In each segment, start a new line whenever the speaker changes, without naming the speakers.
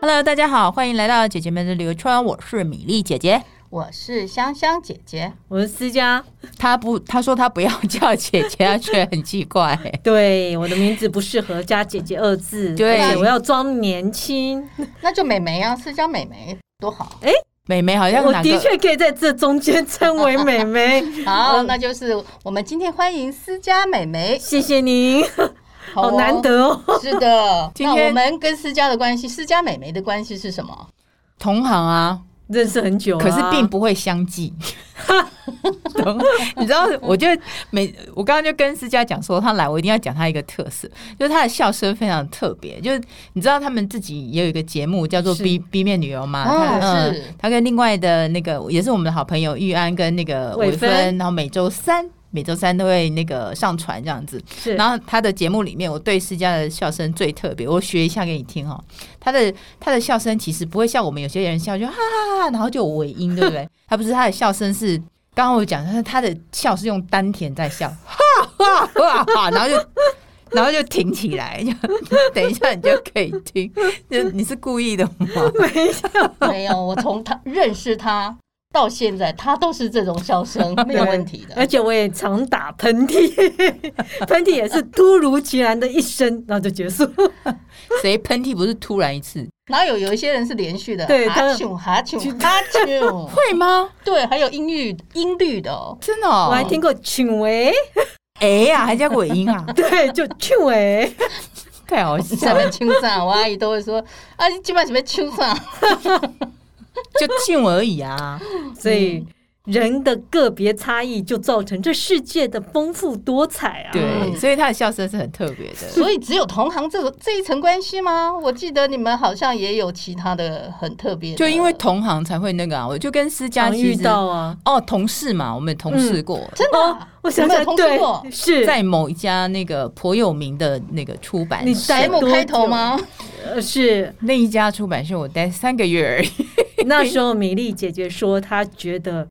Hello，大家好，欢迎来到姐姐们的旅游圈，我是米粒姐姐。
我是香香姐姐，
我是思佳，
她不，她说她不要叫姐姐，她觉得很奇怪、
对我的名字不适合加“姐姐”二字，
对
而且我要装年轻。
那就美眉啊，是叫美眉多好。
哎
美眉好像
我
哪
的
个？
确可以在这中间称为美 眉，
好，那就是我们今天欢迎思佳美眉，
谢谢您，好
哦
难。得哦。
是 的，
今
那
天
我们跟思佳的关系，思佳美眉的关系是什 么？
同行啊，
认识很久啊、
可是 并不会相继。懂你知道，我就每我刚刚就跟思佳讲说，他来我一定要讲他一个特色，就是他的笑声非常特别。就是你知道他们自己也有一个节目叫做
是
B B 面旅游嘛，
哦
他嗯
是
他跟另外的那个也是我们的好朋友玉安跟那个
伟
伟
芬
芬，然后每周三。每周三都会那个上传这样子，
是
然后他的节目里面，我对思佳的笑声最特别，我学一下给你听哦。他的他的笑声其实不会像我们有些人笑就哈哈哈，然后就有尾音，对不 对？他不是他的笑声是，刚刚我讲，他是他的笑是用丹田在笑，哈哈哈哈，然后就。 然后就挺起来， 就等一下你就可以听。就你是故意的吗？
没有，我从她认识她到现在，她都是这种笑 声，没有问题
而
的。
且我也常打喷嚏， 喷嚏也是突如其来的一声，然后就结束。
哦谁喷嚏不是突然一次？
然后有有一些人是连续的，
对
哈
她
啾哈啾哈 啾，
会吗？
对，还有音律音律的哦。
真的、哦？
我还听过“请喂，
哎呀、还加尾音啊”，
对，就“请喂
太好
什
笑了！
么秋上，我阿姨都会说啊，你今晚什么秋上？
就近而已啊。”，
所以。人的个别差异就造成这世界的丰富多彩啊！
对，
嗯
所以他的笑声是很特别的。
所以只有同行这个这一层关系吗？我记得你们好像也有其他的很特别的，
就因为同行才会那个啊，我就跟思佳
常
其
遇
实
到嗯啊，
哦，同事嘛，我们同事过，
真的啊、
我想
你们有同
想，
事
对
过，
是
在某一家那个颇有名的那个出版
你
社，
待
M
多
开头吗？
呃是
那一家出版社我待三个月而已，
那时候米莉姐姐说她觉得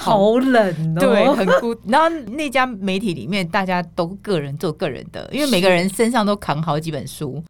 好冷哦，
对，很孤。然后那家媒体里面大家都个人做个人的，因为每个人身上都扛好几本书，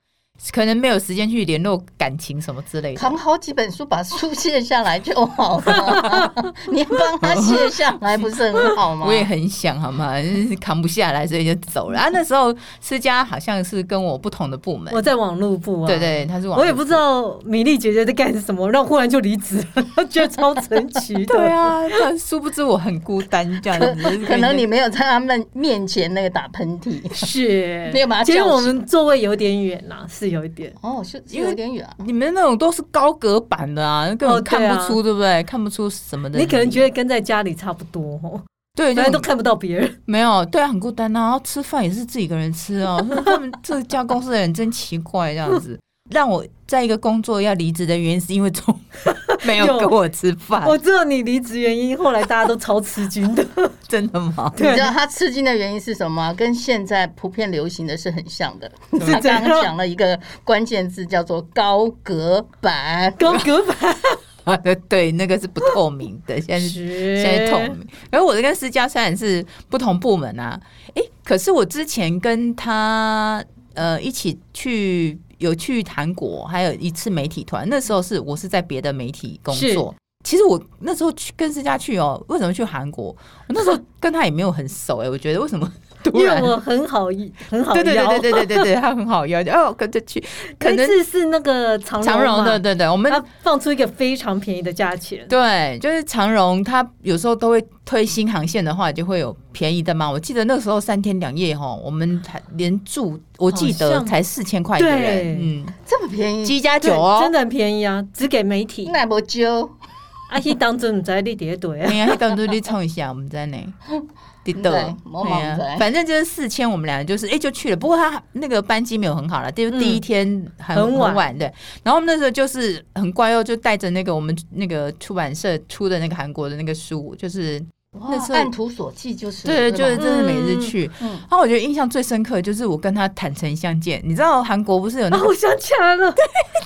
可能没有时间去联络感情什么之类的。
扛好几本书，把书卸下来就好了。你帮他卸下来不是很好吗？
我也很想，好吗？ 扛不下来，所以就走 了。啊，那时候思佳好像是跟我不同的部门，
我在网络部啊，
对。对，他是网
我也
络
不知道米莉姐姐在干什么，然后忽然就离职了，觉得超神奇的。
对啊，但殊不知我很孤单这样子。
可能你没有在他们面前那个打喷嚏。
是
没有把她
其实
叫醒
我们座位有点远呐、是有一点。
哦，是是
因为
有点远啊。
你们那种都是高隔板的啊，根本
哦
看
对啊
不出，对不对？看不出什么的。
你可能觉得跟在家里差不多哦，
对，就
反正都
很
看不到别人。
没有，对啊，很孤单啊。然后吃饭也是自己一个人吃哦， 说他们这家公司的人真奇怪，这样子。让我在一个工作要离职的原因，是因为从没有
有
跟我吃饭，
我知道你离职原因，后来大家都超吃惊 的。
真的吗？
你
对
知，道他吃惊的原因是什么吗？跟现在普遍流行的是很像的。
是
他
怎
刚
样
刚讲了一个关键字，叫做高隔板。
高 隔板
对，那个是不透明的，现在 是
现
现在透明。而我的跟思佳虽然是不同部门啊，诶，可是我之前跟他呃一起去有去韩国，还有一次媒体团，那时候是我是在别的媒体工作。其实我那时候去跟思佳去哦，为什么去韩国？我那时候跟他也没有很熟诶，我觉得为什么 突
因为
然？
我很好一很好
对对
邀
对对对对对，他很好邀，就哦跟着去，可
那
能
次是那个长
长荣
嘛
的，对对，我们
他放出一个非常便宜的价钱，
对，就是长荣，它有时候都会推新航线的话，就会有便宜的嘛。我记得那时候三天两夜哈，我们还连住，我记
好
得
像
才四千块一个
对
人，嗯，
这么便宜，
七加
对
九哦，
真的很便宜啊，只给媒体。
那不就
阿西当真不知道你在 对啊，
哎呀，那当初你冲一下，我们在那。 对
不知道我嘛不知道
反正就是四千，我们俩就是哎、就去了。不过他那个班机没有很好了，就是
嗯
第一天很、
很
很
晚
晚对。然后我们那时候就是很乖哦，就带着那个我们那个出版社出的那个韩国的那个书，就是那时候
按图索骥就是
对，
吧
就是真的每日
嗯
去。
嗯，
然后我觉得印象最深刻的就是我跟他坦诚相见。你知道韩国不是有那
啊，
个
我想起来了，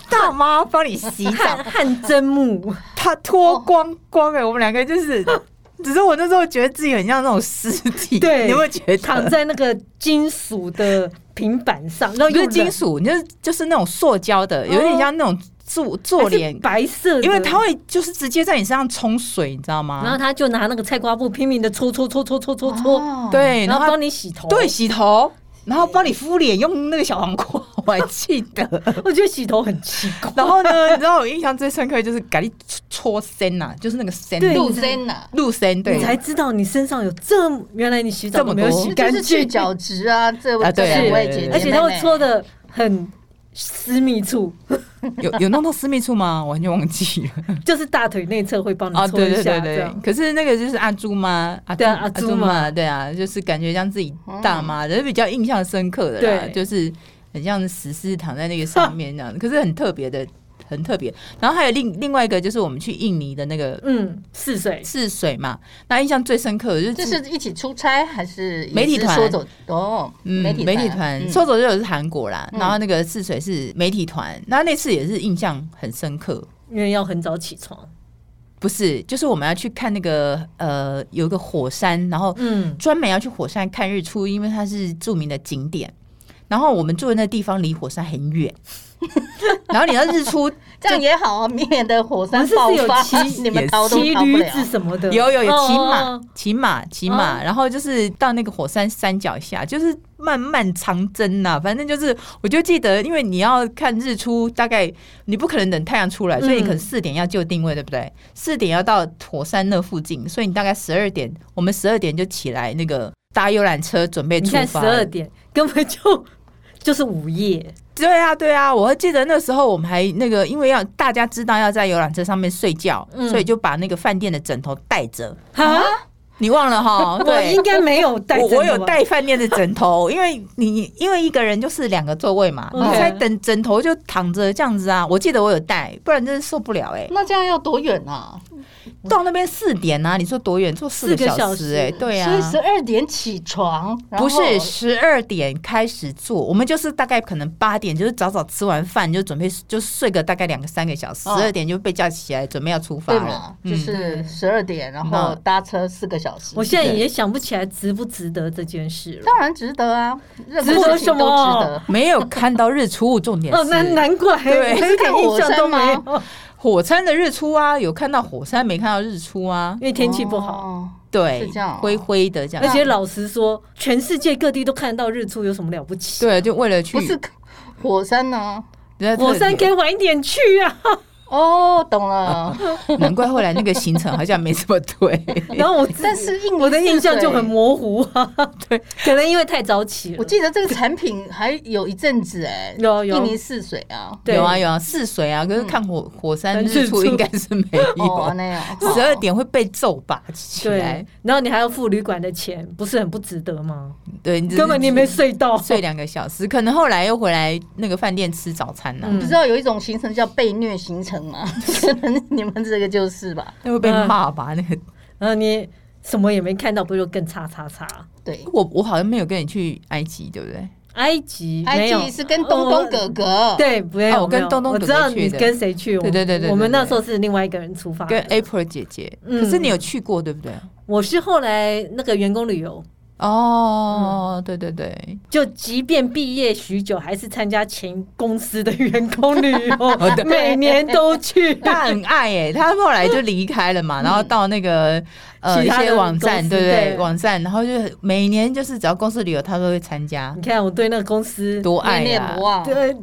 大妈帮你洗澡
汗，汗蒸木，
她脱光光哎、我们两个就是，
哦
只是我那时候觉得自己很像那种尸体，
对
你有没有觉得
躺在那个金属的平板上，然后
不
又
是金
冷，
属，就是就是那种塑胶的，有点像那种做做
哦还是
脸，
白色的，
因为它会就是直接在你身上冲水，你知道
然后
吗？
他就拿那个菜瓜布拼命的搓搓搓搓搓搓搓，
啊，
哦对，
然
然
后
后它
帮你洗头。
对，洗头，然后帮你敷脸，用那个小黄瓜， 我还记得。
我觉得洗头很奇怪。
然后呢，你知道我印象最深刻的就是咖喱搓身呐，啊就是那个身
对
杜森呐，
露身，对
你，才知道你身上有这么，原来你洗澡
这么
都没有
多
洗
这
干
就是
净
去，角质啊，这
啊
这
对
两位
对
姐姐，
对
而且他会搓，的很私密处，
有有弄到私密处吗？我完全忘 记了
就是大腿内侧会帮你
啊！
搓
对
一
嗯对对
下，这
对
样，。
可是那个就是阿朱吗？阿
对啊阿朱
朱
嘛
嘛，对啊，就是感觉像自己大妈，就是比较印象深刻的啦，
对
就是很像石狮躺在那个上面 那样，可是很特别的，很特别。然后还有另另外一个就是我们去印尼的那个
嗯，试水
泗水嘛，那印象最深刻的
这
就是
一起出差还是也
媒体
是
团嗯
说走哦，媒体
媒体团，说走就走是韩国啦，
嗯
然后那个泗水是媒体团，那那次也是印象很深刻。
因为要很早起床，嗯
不是，就是我们要去看那个呃，有一个火山，然后
嗯，
专门要去火山看日出，因为它是著名的景点。然后我们住的那地方离火山很远， 然后你要日出，
这样也好啊，免得火山
我们是
爆
不是有
发
骑，
你们逃都
骑
逃不
驴
了
子。什么的，
有有有骑
哦
马，骑马，骑马，然后就是到那个火山山脚下，就是漫漫长征呐、反正就是，我就记得，因为你要看日出，大概你不可能等太阳出来，
嗯
所以你可能四点要就定位，对不对？四点要到火山那附近，所以你大概十二点，我们十二点就起来，那个搭游览车准备
你
出
看十
发。
二点根本就就是午夜，
对啊，对啊，我还记得那时候我们还那个，因为要大家知道要在游览车上面睡觉，
嗯
所以就把那个饭店的枕头带着。
哈，
你忘了哈？ 啊
我
对
应。该没有带，
我我
啊
有，带饭店的枕头， 因为你因为一个人就是两个座位嘛，你
嗯
OK
才等枕头就躺着这样子啊。我记得我有带，不然真是受不了哎、
那这样要多远啊？
到那边四点啊，你说多远？坐四
四个
个
小
小
时
时哎、对
所以
啊
十。二点起床，然后
不是十二点开始做，我们就是大概可能八点，就是早早吃完饭就准备就睡个大概两个三个小时，十
哦
二、点就被叫起来准备要出发
对
了嗯
嘛。？就是十二点，然后搭车四个小时。
我现在
对
也想不起来值不值得这件事了。
当然值得啊，任何
值得
事情
什
都值
么
得。啊
没有看到日出，重 点是、
哦，难难怪，
对
我一点印象都没
不是看
有，
火山的日出啊，有看到火山没看到日出啊？
因为天气不好。
哦，
对，
是这样哦
灰灰的这样
而
子。
且老实说，全世界各地都看得到日出，有什么了不起？
对，就为了去
不是火山呢？
人家
火
特
山
别
可以晚一点去 啊。
哦，懂了。
难怪后来那个行程好像没什么对。
然后我自己
但是印尼
我的印象
泗水
就很模糊 啊。对，可能因为太早起了。
我记得这个产品还有一阵子哎、
有有
印尼泗水啊，
对
有啊有啊，泗水啊，可是看火、火山
日
日出
出
应该是没
哦
有。
那 样哦
十二、点会被揍吧起
对
来，，
然后你还要付旅馆的钱，不是很不值得吗？
对，你只是
根本你 没睡到，
睡两个小时，可能后来又回来那个饭店吃早餐呢、
嗯
不知道有一种行程叫被虐行程吗？ 可能你们这个就是吧。
那、会被骂吧？那个
然后你什么也没看到，不就更叉叉叉？
对，
我我好像没有跟你去埃及，对不对？
埃及
埃
没有
及是跟东东哥哥，
哦对，没有，
哦我跟
没有
东东
我
哥哥
知道你
去的
跟谁去，我
对对对对对
我们那时候是另外一个人
啊
出发的，
跟 April 姐姐，
嗯
可是你有去过对不对？
我是后来那个员工旅游，
嗯
哦，对对对，
就即便毕业许久，还是参加前公司的员工旅 游，
哦对
每年都去。
他很爱哎、他后来就离开了嘛，然后到那个呃
嗯其
一
他的
些网站，
公司
对不
对
对？网站，然后就每年就是只要公司旅游，他都会参加，
你看我对那个公司，
多爱啊
念念
呀
不！忘。
对，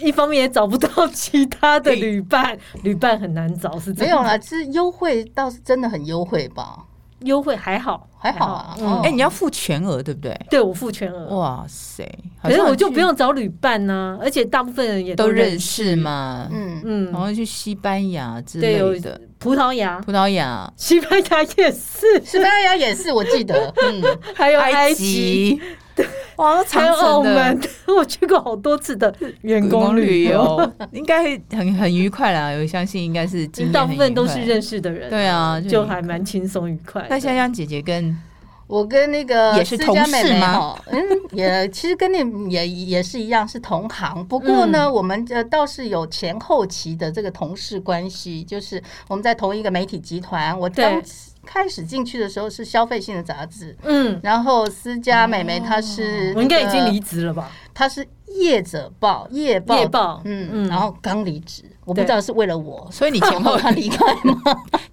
一方面也找不到其他的旅伴，旅伴很难找，是
没
真的
有啦，是优惠倒是真的很优惠吧？
优惠还好，
还好啊
嗯
哦
哎、你要付全额对不对？
对我付全额，
哇塞，哦好
可是
像
我就
去
不用找旅伴呢、而且大部分人也
都
认
认，识哦嘛，
嗯，
嗯
然，后去西班牙之
对，
类
有
的，
葡萄牙、
葡萄牙、
西班牙也 是，
西班牙也是，我记得，嗯，
还有埃及。
及，哇，那
还有
长
澳
城
门
的。，
我去过好多次的员
员
工
工
旅
旅
游，
游应该很很愉快啦，我相信应该是经验
大部分
很愉
都是
快
认识的人，
对啊就
就还蛮轻松愉快的。
那香香姐姐跟
我跟那个
也是
思佳妹妹
同事吗
哈？嗯，也 其实跟你也也是一样，是同行。不过呢，
嗯
我们呃倒是有前后期的这个同事关系，就是我们在同一个媒体集团。我
对
刚开始进去的时候是消费性的杂志，
嗯，
然后思佳妹妹她是、
哦
我应该已经离，职了吧？
她是业者报业报
业报
嗯
嗯
然后刚离职，我不
对
知道是为了我，
所以你前后
他离开吗？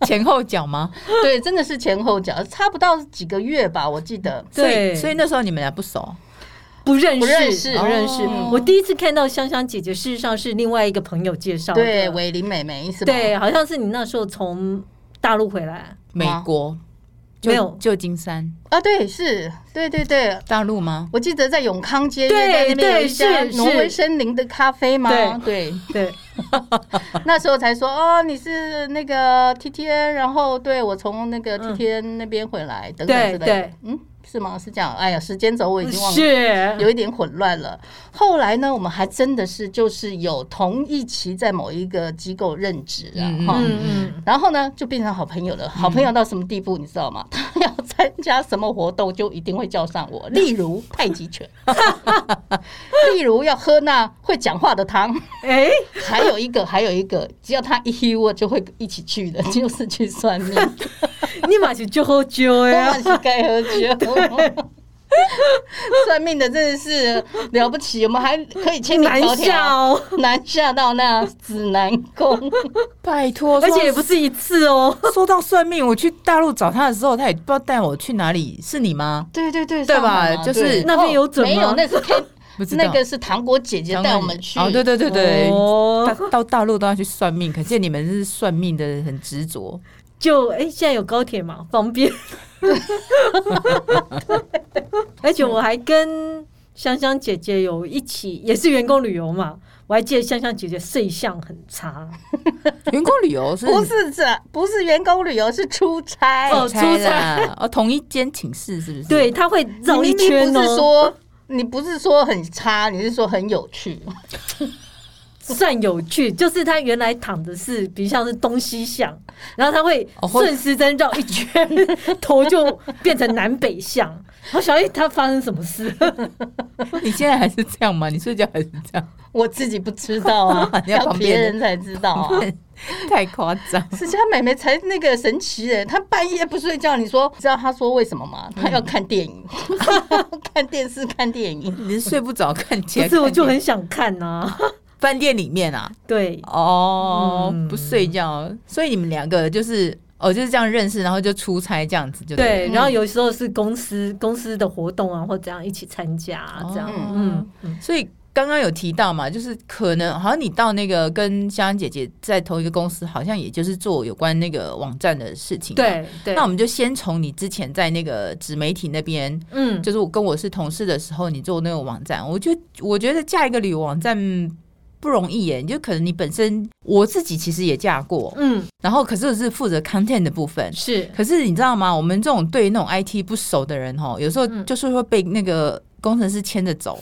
前后脚吗？
对，真的是前后脚，差不到几个月吧，我记得。
所以
对
所以那时候你们俩不熟，
不认识，
不认识
不认识
哦
我第一次看到香香姐姐，事实上是另外一个朋友介绍的，
对，伟林美眉是吧？
对，好像是你那时候从大陆回来，
美国
没有
旧旧金山
啊，对，是，对对对，
大陆吗？
我记得在永康街
对
约在那边有一
对
家
是
挪威
是
森林的咖啡吗？对，
对，
那时候才说哦，你是那个 T T N，然后对我从那个 T T N 那边回来、等等之类的
对，
嗯，是吗？是这样？哎呀，时间轴我已经忘了。
是
有一点混乱了。后来呢，我们还真的是就是有同一期在某一个机构任职啊，
嗯
哈、
嗯嗯，
然后呢，就变成好朋友了。好朋友到什么地步，你知道吗？他 要参加什么活动，就一定会叫上我。例如太极拳， 例如要喝那会讲话的汤，
哎，
还有一个，还有一个，只要他一 h 我就会一起去的，就是去算命，
立马去就喝酒 哎
当
呀
然，是该喝酒。算命的真的是了不起，我们还可以千里
哎难
迢 迢
笑，哦
南下到那指南宫。
拜托，
而且也
说
不是一次哦，
说到算命，我去大陆找他的时候，他也不知道带我去哪里，是你吗？
对对对，
对
上
吧
海嘛
就是
对
那边
哦
有准
没有？
吗
那是 K，
不知道
那个是糖果姐姐带我们去。
哦，对对对对，
哦，
到到大陆都要去算命，可见你们是算命的人很执着。
就哎，现在有高铁嘛，方便，而且我还跟香香姐姐有一起，也是员工旅游嘛，我还记得香香姐姐睡相很差。
员工旅游是
不是这，不是员工旅游，是出差。
哦
出差哦，同一间寝室是不是？
对，，他会
你
绕一
明明
圈
不是
哦，
说你不是说很差，你是说很有趣。
算有趣，就是他原来躺的是，比如像是东西向，然后他会
哦会
顺时针绕一 圈，头就变成南北向。然后小叶他发生什么事？
你现在还是这样吗？你睡觉还是这 样？，
我自己不知道啊
你要
要
旁
别
边
人才知道啊。
太夸张。
思佳妹妹才那个神奇人，她半夜不睡觉，你说知道她说为什么吗？
嗯
她要看电 影，看电视看电影。
你是睡不着，看起
其
来
实我
看
就
电
很想看呐、
饭店里面啊，
对，
哦，
嗯
不睡觉，所以你们两个就是哦，就是这样认识，然后就出差这样子就了
对，
嗯
然后有时候是公司公司的活动啊，或怎样一起参加、啊、这样，
哦
嗯嗯，
所以刚刚有提到嘛，就是可能好像你到那个跟香香姐姐在同一个公司，好像也就是做有关那个网站的事情。。
对对，
那我们就先从你之前在那个纸媒体那边，
嗯
就是我跟我是同事的时候，你做那个网站，我觉得我觉得架一个旅游网站不容易耶，你就可能你本身我自己其实也架过，
嗯
然后可是我是负责 content 的部分，
是
可是你知道吗？我们这种对那种 IT 不熟的人哦，有时候
嗯
就是会被那个工程师牵着走。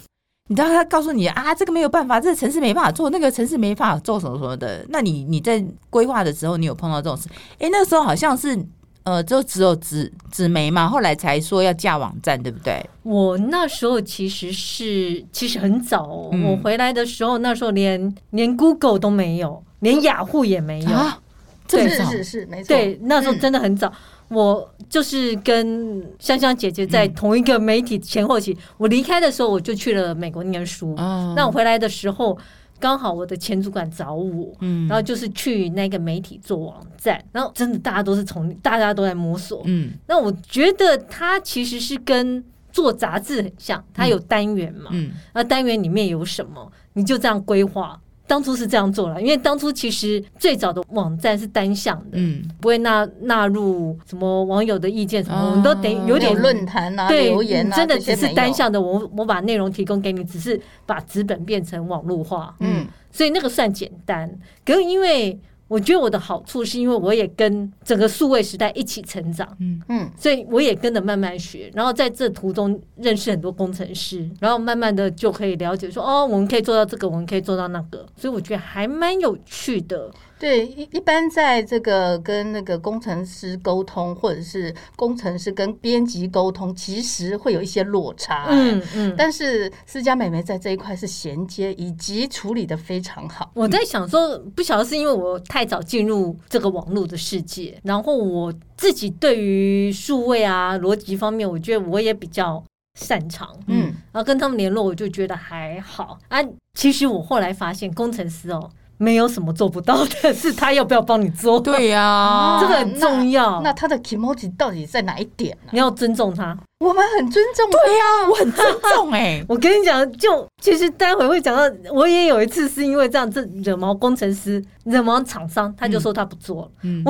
你知道他告诉你啊，这个没有办法，这个城市没办法做，那个城市没办法做什么什么的。那你你在规划的时候，你有碰到这种事？诶，那个时候好像是呃，就只有纸纸媒嘛，后来才说要架网站，对不对？
我那时候其实是，其实很早、哦
嗯
我回来的时候，那时候连连 Google 都没有，连雅虎也没有。
哦啊，这
对
么
是
早
是是，没错。
对，那时候真的很早。我就是跟香香姐姐
嗯
在同一个媒体前后期，我离开的时候我就去了美国念书。
啊
那我回来的时候，刚好我的前主管找我，
嗯
然后就是去那个媒体做网站，然后真的大家都是从大家都在摸索，
嗯
那我觉得它其实是跟做杂志很像，它有单元嘛，
嗯
那单元里面有什么，你就这样规划。当初是这样做了，因为当初其实最早的网站是单向的，
嗯，
不会纳纳入什么网友的意见什么，
哦
我们都得有
有
点
点论坛啊，
对，
留言啊，
真的
这些
只是
没有
单。向的。我我把内容提供给你，只是把纸本变成网络化，
嗯，
所以那个算简单。可是因为我觉得我的好处是因为我也跟整个数位时代一起成长，
嗯，
所以我也跟着慢慢学，然后在这途中认识很多工程师，然后慢慢的就可以了解说，哦，我们可以做到这个，我们可以做到那个，所以我觉得还蛮有趣的。
对，一一般在这个跟那个工程师沟通，或者是工程师跟编辑沟通，其实会有一些落差。欸
嗯嗯，
哎但是思佳美眉在这一块是衔接以及处理的非常好。
我在想说，不晓得是因为我太早进入这个网络的世界，然后我自己对于数位啊逻辑方面，我觉得我也比较擅长，
嗯，
然后跟他们联络，我就觉得还好啊。其实我后来发现，工程师哦，没有什么做不到的，是他要不要帮你做，
对呀、
啊 这个很重要。
那他的 emoji 到底在哪一点呢、
你要尊重他。
我们很尊重，
对呀、我很尊 重哎、
我跟你讲，就其实待会会讲到，我也有一次是因为这样，这惹毛工程师、惹毛厂商，他就说他不做了，
嗯，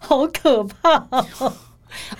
好可怕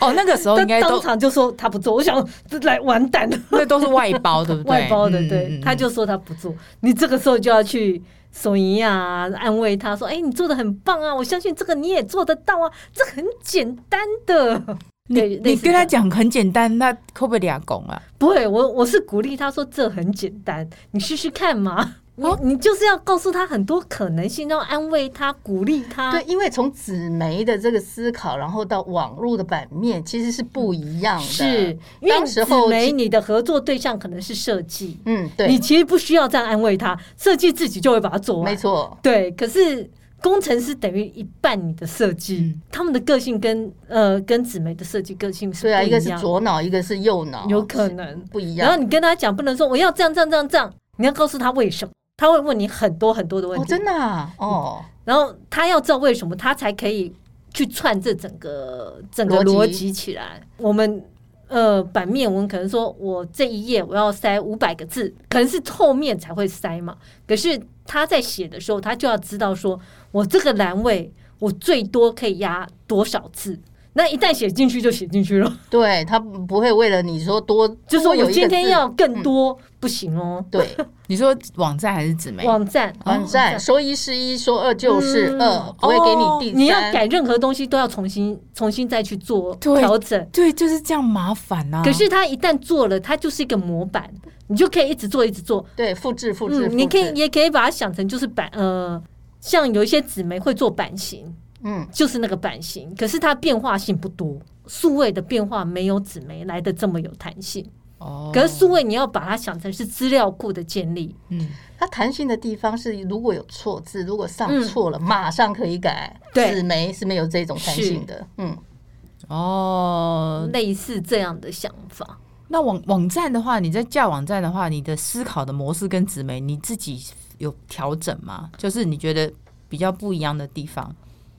哦、
哦，那个时候
他
应该
当
都
场就说他不做，我想这来完蛋了，
那都是外包，对不对？
外包的，
嗯
对，他就说他不做，你这个时候就要去。索尼啊，安慰他说：“哎、你做的很棒啊，我相信这个你也做得到啊，这很简单的。对
你
类
你跟
似这
他
样
讲很简单，那会不会俩拱啊？”
不会，我我是鼓励他说：“这很简单，你试试看嘛。你”
哦
你就是要告诉他很多可能性，要安慰他、鼓励他。
对，因为从纸媒的这个思考，然后到网络的版面，其实是不一样的。
是，因为
当时
纸
候
媒
其
你的合作对象可能是设计，
嗯，
你
对，
其实不需要这样安慰他，设计自己就会把它做完。
没，错，
对。可是工程师等于一半你的设计，
嗯
他们的个性跟呃跟纸媒的设计个性是不
对啊，一个
一
是
样，
左脑，一个是右脑，
有可能。
不一
然后
样。
你跟他讲不能说我要这样这样这样这样，你要告诉他为什么，他会问你很多很多的问
哦，
题，嗯
真的啊哦，
然后他要知道为什么，他才可以去串这整个整个
逻
逻
辑
辑起来。我们呃版面，我们可能说我这一页我要塞五百个字，可能是后面才会塞嘛。可是他在写的时候，他就要知道说我这个栏位我最多可以压多少字。那一旦写进去就写进去 了，
对他不会为了你说多，
就
多
说
有
我
一个
今天
字
要更多，不行 哦。
对
你说网站还是纸媒？
网站，
嗯网站说一是一，说二就是二
嗯，
不会给
哦
你第三。
你要改任何东西都要重新重新再去做
对
调整。
对，就是这样麻烦呐、啊。
可是它一旦做了，它就是一个模板，你就可以一直做，一直做。
对复制复制，
嗯，你
复
可以
制
也可以把它想成就是版，呃，像有一些纸媒会做版型，
嗯
就是那个版型，可是它变化性不多，数位的变化没有纸媒来的这么有弹性。
哦，
可是数位你要把它想成是资料库的建立，
嗯，
它弹性的地方是，如果有错字，如果上
嗯
错了，马上可以改。
对
纸媒是没有这种弹性的。嗯，
哦，
类似这样的想法。
那网网站的话，你在架网站的话，你的思考的模式跟纸媒你自己有调整吗？就是你觉得比较不一样的地方？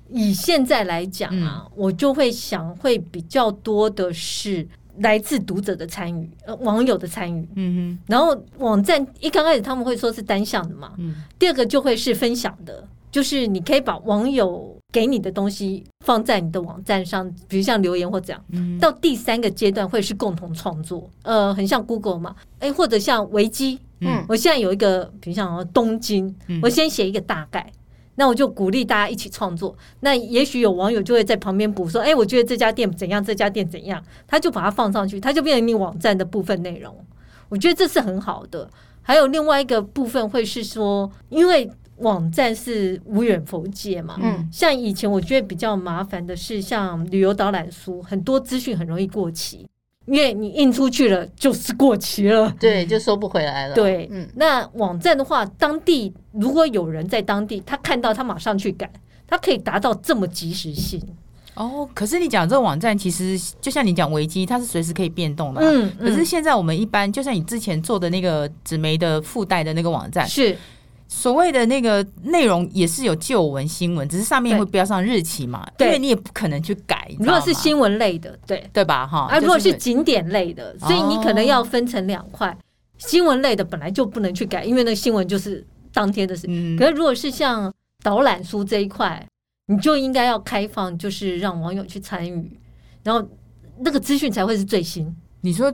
以现在来讲啊，
嗯
我就会想会比较多的是来自读者的参与，呃，网友的参与。
嗯
然后网站一刚开始他们会说是单向的嘛，
嗯
第二个就会是分享的，就是你可以把网友给你的东西放在你的网站上，比如像留言或这样。
嗯
到第三个阶段会是共同创作，呃，很像 Google 嘛，哎，或者像维基，
嗯
我现在有一个，比如像东京，
嗯
我先写一个大概。那我就鼓励大家一起创作。那也许有网友就会在旁边补说：“哎、我觉得这家店怎样，这家店怎样。”他就把它放上去，它就变成你网站的部分内容。我觉得这是很好的。还有另外一个部分会是说，因为网站是无远佛界嘛，
嗯
像以前我觉得比较麻烦的是，像旅游导览书，很多资讯很容易过期，因为你印出去了就是过期了。
对，就收不回来了。
对
嗯，
那网站的话，当地如果有人在当地，他看到他马上去改，他可以达到这么及时性。
哦，可是你讲这个网站，其实就像你讲维基，它是随时可以变动的啊、
嗯，
可是现在我们一般，就像你之前做的那个纸媒的附带的那个网站，
是
所谓的那个内容也是有旧闻新闻，只是上面
对
会标上日期嘛，因
对
为你也不可能去改。你知
如果
道
是
吗
新闻类的，对
对吧？哈，
啊，
哦就
如果是
会
景点类的，所以你可能要分成两块。新闻类的本来就不能去改，因为那个新闻就是当天的事。
嗯
可是如果是像导览书这一块，你就应该要开放，就是让网友去参与，然后那个资讯才会是最新。
你说。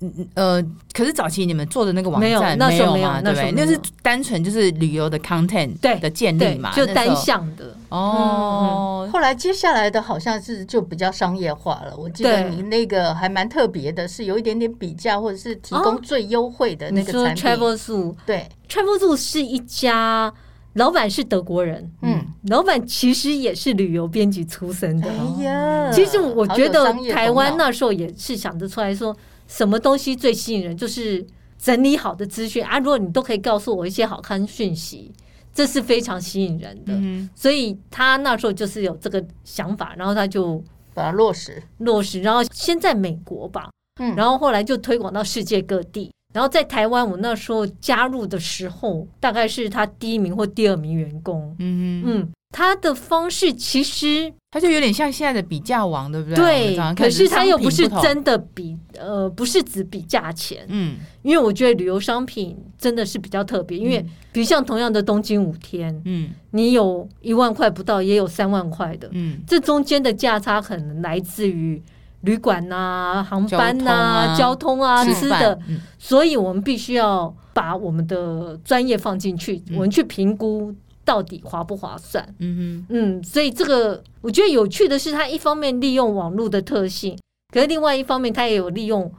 嗯呃，可是早期你们做的那个网
没有
站
那时候
嘛，
没
对不对？
有
那
那时候没
是
有
单纯就是旅游的 content
对
的建立
对
嗯嘛，，
就
那时候
单向的。
哦，
后来接下来的好像是就比较商业化了。我记得
对
你那个还蛮特别的，是有一点点比价或者是提供
哦
最优惠的那
你
个
说
产品。
Travel Zoo。
对，
Travel Zoo 是一家老板是德国人，
嗯，
老板其实也是旅游编辑出身的。
哎呀，
其实我觉
好有
得
商业头脑
台湾那时候也是想得出来说，什么东西最吸引人，就是整理好的资讯啊。如果你都可以告诉我一些好看讯息，这是非常吸引人的。
嗯，
所以他那时候就是有这个想法，然后他就
把它落实。
落实。然后先在美国吧，
嗯
然后后来就推广到世界各地。然后在台湾，我那时候加入的时候，大概是他第一名或第二名员工。
嗯嗯，
嗯，他的方式其实
它就有点像现在的比价网，对不对？啊我们
对
常常，看
可是他又
商品不
不是
同，
真的比，呃，不是只比价钱，
嗯，
因为我觉得旅游商品真的是比较特别，因为比如像同样的东京五天，
嗯
你有一万块不到，也有三万块的，
嗯
这中间的价差可能来自于旅馆呐、航班呐、
交
交通啊、
吃
吃
饭
的，，
嗯
所以我们必须要把我们的专业放进去，
嗯
我们去评估到底划不划算。
嗯
嗯，所以这个我觉得有趣的是，它一方面利用网络的特性，可是另外一方面，它也有利用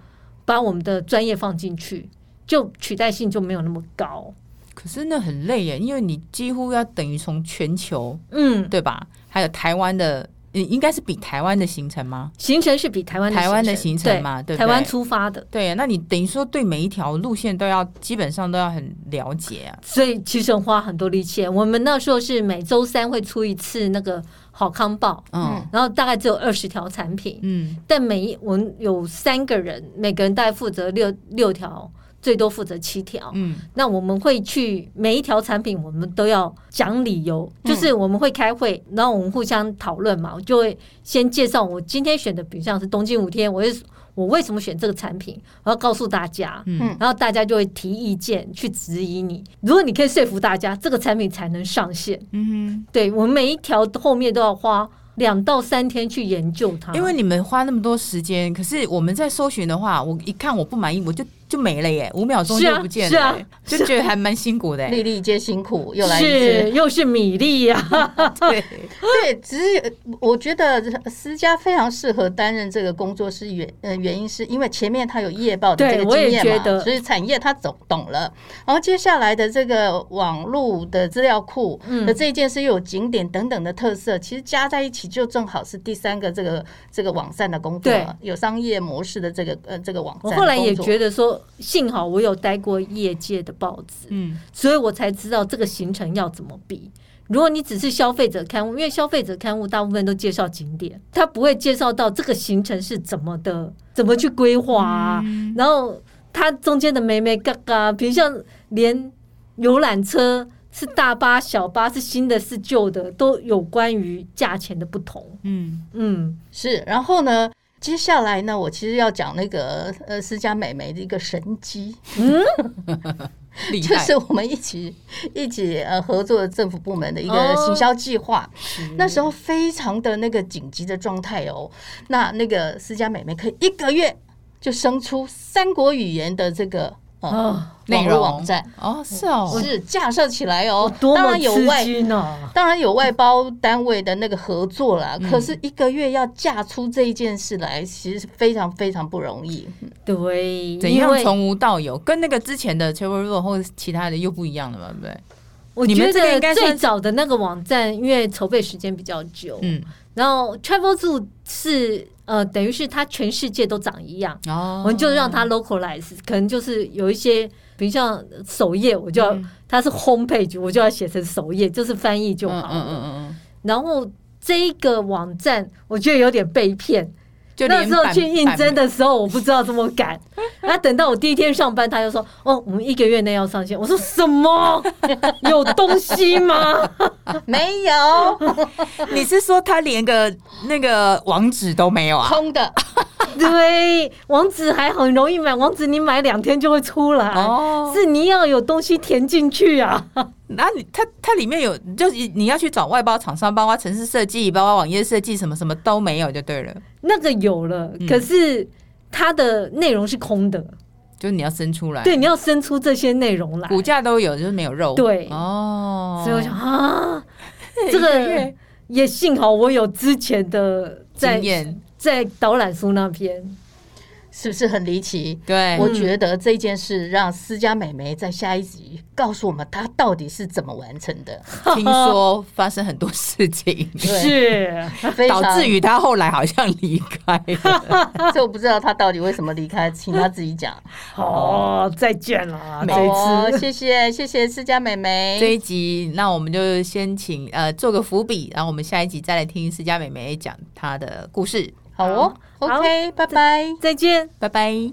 把我们的专业放进去，就取代性就没有那么高。
哼，可是那很累耶，因为你几乎要等于从全球
嗯，
对吧？还有台湾的，应应该是比台湾的行程吗？
行程是比台湾的
台湾的行
行
程嘛，对
对
不对？
台湾出发的，
对呀，那你等于说对每一条路线都要基本上都要很了解啊。
所以其实花很多力气。我们那时候是每周三会出一次那个好康报，
嗯
然后大概只有二十条产品，
嗯
但每一我们有三个人，每个人大概负责六六条，最多负责七条。
嗯
那我们会去每一条产品，我们都要讲理由，
嗯
就是我们会开会，然后我们互相讨论嘛。我就会先介绍我今天选的，比如像是东京五天，我是我为什么选这个产品，我要告诉大家，
嗯
然后大家就会提意见去质疑你。如果你可以说服大家，这个产品才能上线。
嗯
对我们每一条后面都要花两到三天去研究它，
哼，因为你们花那么多时间，可是我们在搜寻的话，我一看我不满意，我就就没了耶，五秒钟
是
就
啊
不见
是
了
啊
耶，就觉得还蛮辛苦 的耶。
粒粒嗯皆辛苦，又来一次
是。又是米粒啊 呀、
对，
对，只是呃我觉得私家非常适合担任这个工作，是原呃原因是因为前面他有业报的
对
这个
我也
经验
觉得
嘛，所以产业他懂懂了。然后接下来的这个网络的资料库
嗯
的这一件事又有景点等等的特色，其实加在一起就正好是第三个这个这个网站的工作
对
了，有商业模式的这个呃这个网
我
站的工作。
后来也觉得说，幸好我有待过业界的报纸，
嗯
所以我才知道这个行程要怎么比。如果你只是消费者刊物，因为消费者刊物大部分都介绍景点，他不会介绍到这个行程是怎么的，怎么去规划啊。
嗯
然后它中间的美美嘎嘎，啊比如像连游览车是大巴、小巴，是新的是旧的，都有关于价钱的不同。
嗯
嗯，
是，然后呢，接下来呢，我其实要讲那个呃私家美眉的一个神机。
厉
就
害。
是我们一起 一起呃合作的政府部门的一个
哦
行销计划。
是
那时候非常的那个紧急的状态哦，那那个私家美眉可以一个月就生出三国语言的这个呃
啊，
内
网络
容
网站，
哦，是哦，
是架设起来
我
哦，
多
当
么
然有
吃
外。嗯
惊啊！
当然有外包单位的那个合作啦，
嗯
可是一个月要嫁出这一件事来，其实是非常非常不 容易。
对，
怎
因
样
为
从无到有，跟那个之前的 Travel r o 或者其他的又不一样了嘛，对不对？
我
你们
觉
这个应该
得
算
最
是
早的那个网站，因为筹备时间比较久，
嗯，
然后 Travel Zoo 是呃，等于是它全世界都长一样，
哦
我们就让它 localize，可能就是有一些，比如像首页，我就要、
嗯
它是 home page，我就要写成首页，就是翻译就
嗯
好
嗯
了。
嗯嗯
然后这个网站，我觉得有点被骗。
嗯，就
那
连
时候
版
去应征
版
的时候，我不知道这么 赶。那等到我第一天上班，他就说：“哦，我们一个月内要上线。”我说：“ 什么？有东西吗
没有
你是说他连个那个网址都没有啊？
空的，？”
对，网址还很容易买，网址你买两天就会出来。
哦，
是你要有东西填进去啊！
那你它它里面有，就是你要去找外包厂商，包括城市设计，包括网页设计，什么什么都没有就对了，
那个有了，
嗯
可是它的内容是空的。
就是你要生出来，
对，，你要生出这些内容来。
骨架都有，就是没有肉，
对
哦，
所以我想啊，这
一
个
月
也幸好我有之前的在
经验，
在导览书那边。
是不是很离奇？
对，
我觉得这件事让私家美眉在下一集告诉我们她到底是怎么完成 的，
听说发生很多事 情，
是，
非常
导致于他后来好像离开 了。
这我不知道她到底为什么离开，请她自 己讲。
哦，再见了，这
好哦
一，次。
谢谢谢谢私家美
这
眉，
一集，那我们就先请呃做个伏笔，然后我们下一集再来听思佳美美讲她的故事。
好哦
好
，OK，拜拜。
再见。
拜拜。